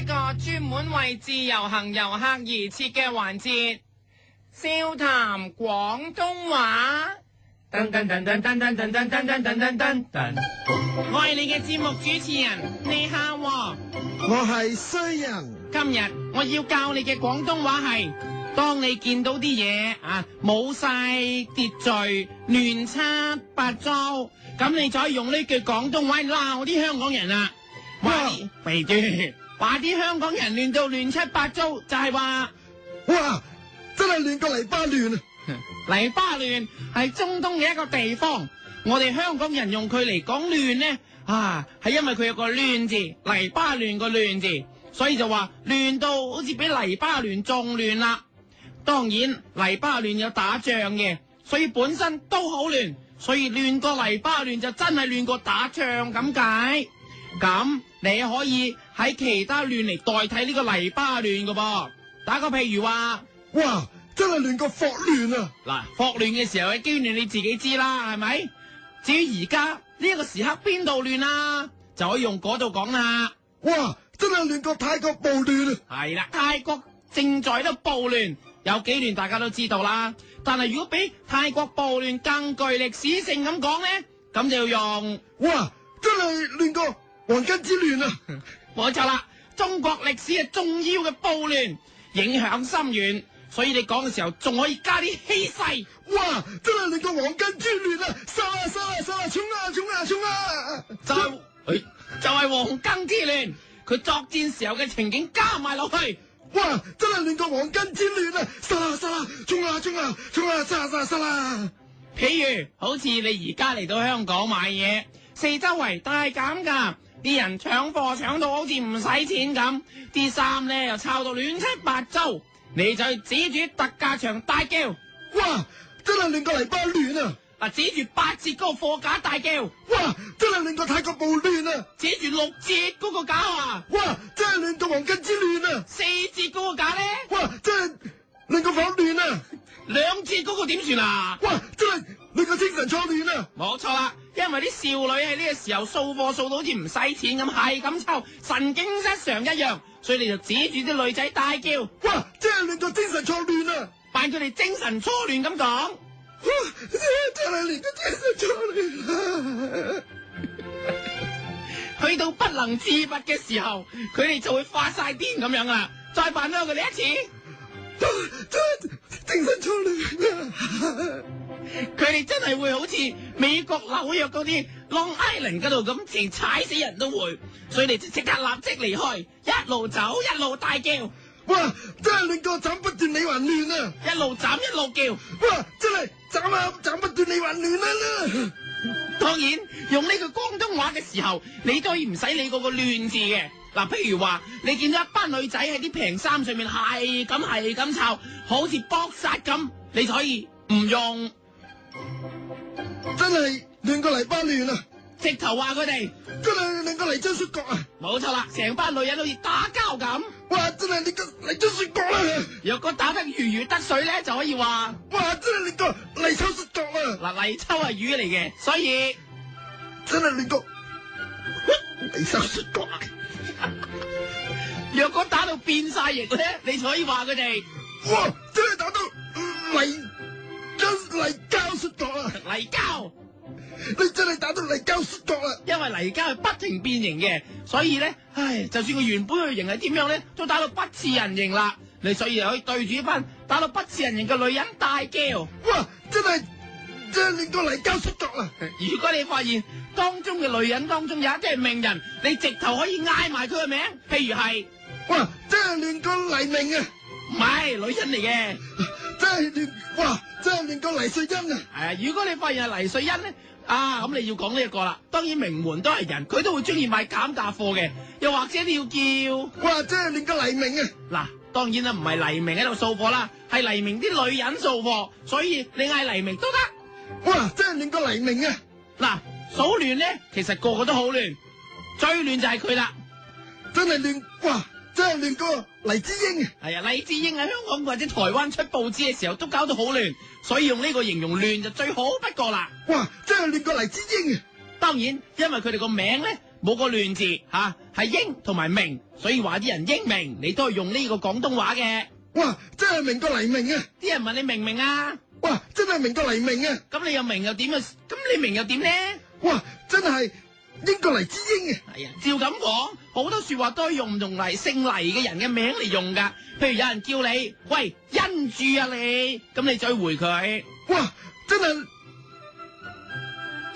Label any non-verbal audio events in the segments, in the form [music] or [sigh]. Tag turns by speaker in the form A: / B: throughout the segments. A: 一個專門為自由行遊客而設嘅環節，笑談廣東話。
B: 噔噔噔噔噔噔噔噔噔噔噔噔噔，
A: 我係你嘅節目主持人，你好喎。
C: 我係衰人，
A: 今日我要教你嘅廣東話係，當你見到啲嘢啊冇晒秩序、亂七八糟，咁你就可以用呢句廣東話鬧啲香港人啦。話啲肥豬，話啲香港人亂到亂七八糟，就係話
C: 哇，真係亂過黎巴嫩啊！
A: 黎巴嫩係中東嘅一個地方，我哋香港人用佢嚟講亂呢，啊，係因為佢有個亂字，黎巴嫩個亂字，所以就話亂到好似比黎巴嫩仲亂啦。當然黎巴嫩有打仗嘅，所以本身都好亂，所以亂過黎巴嫩就真係亂過打仗咁解。咁你可以喺其他亂嚟代替呢個黎巴嫩噶噃，打個譬如話。
C: 哇，真係亂過霍亂啊！
A: 嗱，霍亂嘅時候嘅機亂你自己知啦，係咪？至於而家呢一個時刻邊度亂啊，就可以用嗰度講啦。
C: 哇，真係亂過泰國暴亂啊！
A: 係啦，泰國正在度暴亂，有幾亂大家都知道啦。但係如果比泰國暴亂更具歷史性咁講咧，咁就要用
C: 哇，真係亂過黃巾之亂啊！
A: 冇錯啦，中國歷史嘅重要嘅暴亂影響深遠，所以你講嘅時候仲可以加啲氣勢。
C: 哇，真係亂過黃巾之亂啊！殺啊殺啊殺啊！衝啊衝啊衝啊！
A: 就係、哎就係黃巾之亂，佢作戰時候嘅情景加埋落去，
C: 哇，真係亂過黃巾之亂啊！殺啊殺啊！衝啊衝啊衝啊！殺啊殺啊殺啊！
A: 譬如好似你而家嚟到香港買嘢，四周圍大減價，啲人搶貨搶到好似唔使錢咁，啲衫咧又抄到亂七八糟，你就去指住特價場大叫，
C: 哇，真係亂過黎巴嫩啊！
A: 嗱指住八折嗰個貨架大叫，
C: 哇，真係亂過泰國暴亂啊！
A: 指住六折嗰個架啊，
C: 哇，真係亂過黃巾之亂啊！
A: 四折嗰個架咧，
C: 哇！真係令個房亂啊！
A: 兩折嗰個點算啊？
C: 哇！真係令個精神錯亂啊！
A: 冇錯啦，因為啲少女喺呢個時候掃貨掃到好似唔使錢咁，係咁抽，神經失常一樣，所以你就指住啲女仔大叫，
C: 哇！真係令個精神錯亂啊！
A: 扮佢哋精神錯亂咁講。
C: 哇！真係令個精神錯亂啊！
A: 去到不能自拔嘅時候，佢哋就會發晒癲咁樣啦。再扮多佢哋一次，
C: 哇真係精神錯亂啊！
A: 佢哋真係會好似美國紐約嗰啲 Long Island 嗰度咁，直踩死人都會。所以你就即刻立即離開，一路走一路大叫，一
C: 哇！真係令個斬不斷理還亂啊！
A: 路斬一路叫。
C: 哇！真係斬啊斬不斷理還亂啊！
A: 當然，用呢句廣東話嘅時候，你當然唔使理嗰個亂字嘅。嗱，譬如話，你見到一班女仔喺啲平衫上面係咁係咁摷，好似搏殺咁，你就可以唔用，
C: 真係亂過黎巴嫩啊！
A: 直頭話佢哋
C: 真係令個泥漿雪角啊！
A: 冇錯啦，成班女人好似打交咁。
C: 哇！真係令個泥漿雪角啊！
A: 若果打得如魚得水咧，就可以話
C: 哇！真係亂過泥鰍摔角啊！
A: 嗱，泥鰍係魚嚟嘅，所以
C: 真係亂過泥鰍摔角啊！
A: 若果打到變晒形咧，你就可以話佢哋
C: 哇！真係打到泥膠泥膠摔角啊！
A: 泥膠。
C: 你真係打到泥膠摔角啊！
A: 因為泥膠係不停變形嘅，所以咧，唉，就算佢原本嘅形係點樣咧，都打到不似人形啦。你所以就可以對住一班打到不似人形嘅女人大叫。
C: 哇！真係真係令到泥膠摔角啊！
A: 如果你發現當中嘅女人當中有一啲係名人，你直頭可以嗌埋佢嘅名，譬如係
C: 哇！真係亂過黎明啊！
A: 唔係女人嚟嘅。
C: 真係亂哇！真係亂過黎瑞恩啊！
A: 係啊，如果你發現係黎瑞恩咧，啊咁你要講呢一個啦。當然名門都係人，佢都會中意買減價貨嘅，又或者你要叫。
C: 哇！真係亂過黎明啊！
A: 嗱，當然啦，唔係黎明喺度掃貨啦，係黎明啲女人掃貨，所以你嗌黎明都得。
C: 哇！真係亂過黎明啊！
A: 嗱，數亂咧，其實個個都好亂，最亂就係佢啦。
C: 真係亂哇！真係亂過黎智英啊！
A: 係啊，黎智英喺香港或者台灣出報紙嘅時候都搞到好亂，所以用呢個形容亂就最好不過啦。
C: 哇！真係亂過黎智英啊！
A: 當然，因為佢哋個名咧冇個亂字吓，係英同埋明，所以話啲人英明，你都係用呢個廣東話嘅。
C: 哇，真係明過黎明啊！
A: 啲人問你明唔明啊？
C: 哇，真係明過黎明啊！
A: 咁你又明又點啊？咁你明又點呢？
C: 哇，真係英國黎之英啊！
A: 係啊，照咁講，好多说話都係用唔同黎姓黎嘅人嘅名嚟用㗎。譬如有人叫你喂因住啊你，咁你再回佢
C: 哇，真係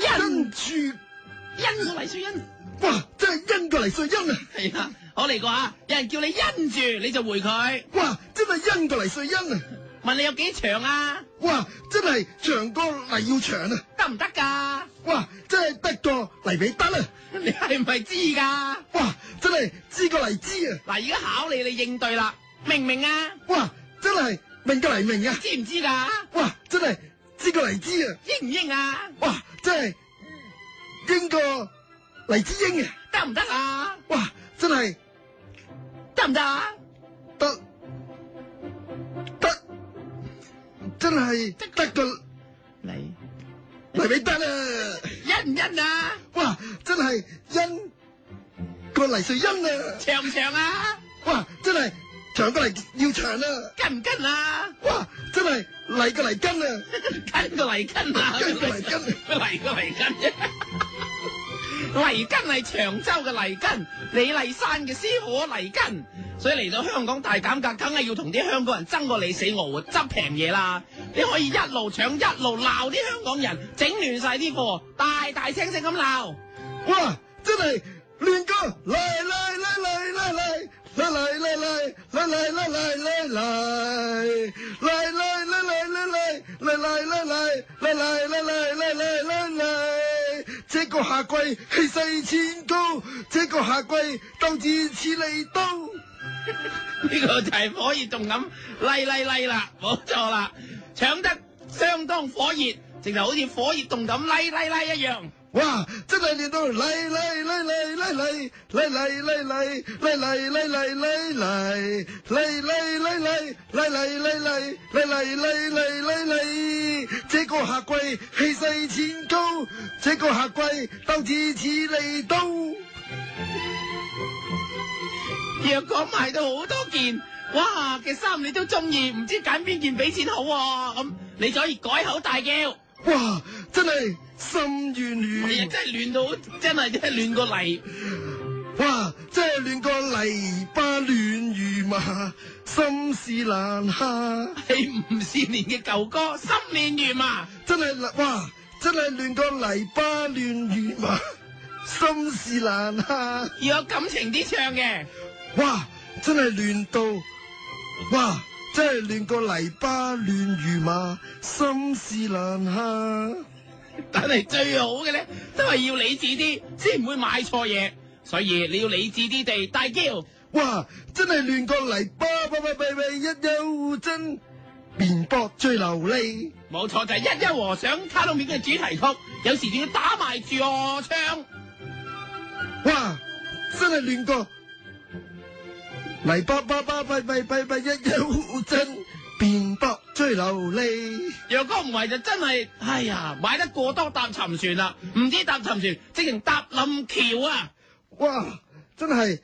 A: 因
C: 因住，
A: 因我黎瑞恩。
C: 哇，真係因過黎瑞恩啊！
A: 係啦，我嚟過啊！有人叫你因住，你就回佢。
C: 哇，真係因過黎瑞恩啊！
A: 問你有幾長啊？
C: 哇，真係長過黎耀祥啊！
A: 得唔得㗎？
C: 哇，真係得過黎美德啊！
A: 你係唔係知㗎？
C: 哇，真係知過黎知啊！
A: 嗱，而家考你，你應對啦，明唔明啊？
C: 哇，真係明過黎明啊！
A: 知唔知㗎？
C: 哇，真係知過黎知啊！
A: 應唔應啊？
C: 哇，真係英過黎之英啊！
A: 得唔得啊？
C: 哇，真係
A: 得唔得啊？
C: 得得，真係得過
A: 你
C: 黎美德啊！
A: 因唔因啊？
C: 哇，真係因過黎瑞恩啊！
A: 長唔長啊？
C: 哇，真係長過黎耀祥啊！
A: 跟唔跟啊？ [laughs]
C: 哇，真係黎過黎根啊！
A: 跟個嚟跟啊！
C: 跟個嚟跟
A: [laughs] 嚟個嚟跟啫。黎根係長洲嘅黎根，李麗珊嘅師傅黎根，所以嚟到香港大減價，梗係要同啲香港人爭個你死我活，執平嘢啦！你可以一路搶一路鬧啲香港人，整亂晒啲貨，大大聲聲咁鬧。 [laughs]
C: 哇，真係亂歌，嚟嚟嚟嚟嚟嚟。嚟嚟嚟嚟嚟嚟嚟嚟嚟嚟嚟嚟嚟嚟嚟嚟嚟嚟嚟嚟嚟嚟嚟嚟這個夏季氣勢千高，這個夏季鬥志似利刀。
A: 呢個就係火熱動感，嚟嚟嚟啦，冇錯啦，搶得相當火熱，直頭好似火熱動感嚟嚟嚟一樣。
C: 哇！真係練到嚟嚟嚟嚟嚟嚟嚟嚟嚟嚟嚟嚟嚟嚟嚟嚟嚟嚟嚟嚟嚟嚟嚟嚟嚟嚟嚟嚟嚟嚟，這個夏季氣勢千高，這個夏季鬥志似利刀。
A: 若果賣到好多件，哇嘅衫你都中意，唔知揀邊件俾錢好喎咁、你就可以改口大叫，係
C: 哇！真係心亂
A: 啊真係
C: 亂，
A: 亂到，真係真係亂過嚟，
C: 哇！真係亂過泥巴亂如麻，心事難下。
A: 係吳善年嘅舊歌《心亂如麻》，
C: 真係啦哇！真係亂過泥巴亂如麻，心事難下。
A: 要有感情啲唱嘅，
C: 哇！真係亂到，哇！真係亂過泥巴亂如麻，心事難下。
A: 但係最好嘅咧都係要理智啲，先唔會買錯嘢。所以你要理智啲地大叫，
C: 哇！真係亂過泥巴，巴巴閉閉一休真，綿薄最流利。
A: 冇錯就係、一休和尚卡通片嘅主題曲，有時仲要打埋住我唱。
C: 哇！真係亂過泥巴巴巴閉閉閉閉一休真，綿薄最流利。
A: 若果唔係就真係，哎呀，買得過多搭沉船啦，唔止搭沉船，直情搭冧橋啊！
C: 哇！真係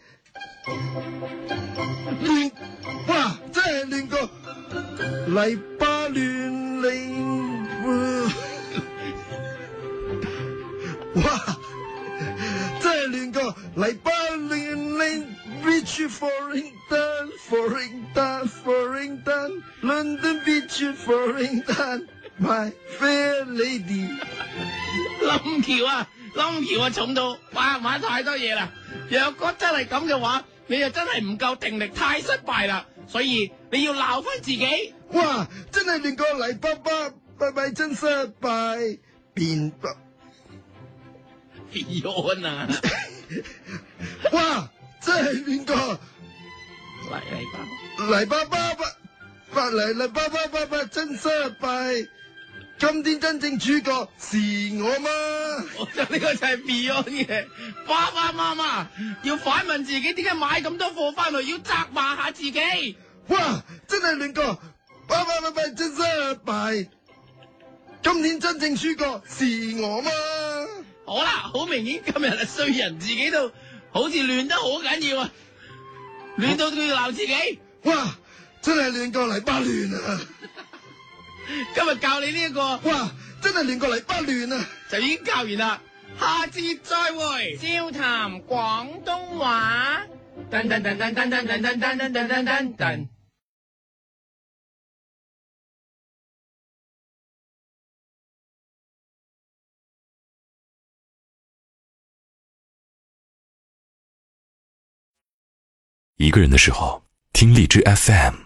C: 亂，哇！真係亂過黎巴嫩你， [laughs] 哇！真係亂過黎巴嫩你，Rich Foreigner Foreigner Foreigner London Rich Foreigner My Fair Lady。
A: 冧橋啊，冧橋啊，重到，哇，玩太多嘢啦！若果真係咁嘅話，你就真係唔夠定力，太失敗啦！所以你要鬧翻自己，
C: 哇！真係亂過黎巴巴，拜拜真失敗，變不
A: 安啊，
C: 哇！真係亂過
A: 嚟嚟吧，
C: 黎巴巴巴，巴黎黎巴巴巴巴真失敗。今天真正主角是我嗎？
A: 我就呢個就係 Beyond 嘅，爸爸媽媽要反問自己點解買咁多貨翻嚟，要責罵下自己。
C: 哇！真係亂過，巴巴巴巴真失敗。今天真正主角是我嗎？
A: 好啦，好明顯今日係衰人自己都好似亂得好緊要啊，亂到佢要鬧自己。
C: 哇！真係亂過黎巴嫩啊！
A: 今日教你呢、一個
C: 哇！真係亂過黎巴嫩啊！
A: 就已經教完啦，下次再會。
D: 笑談廣東話。
B: 噔噔噔噔噔噔噔噔噔噔噔噔噔。
E: 一个人的时候，听荔枝 FM。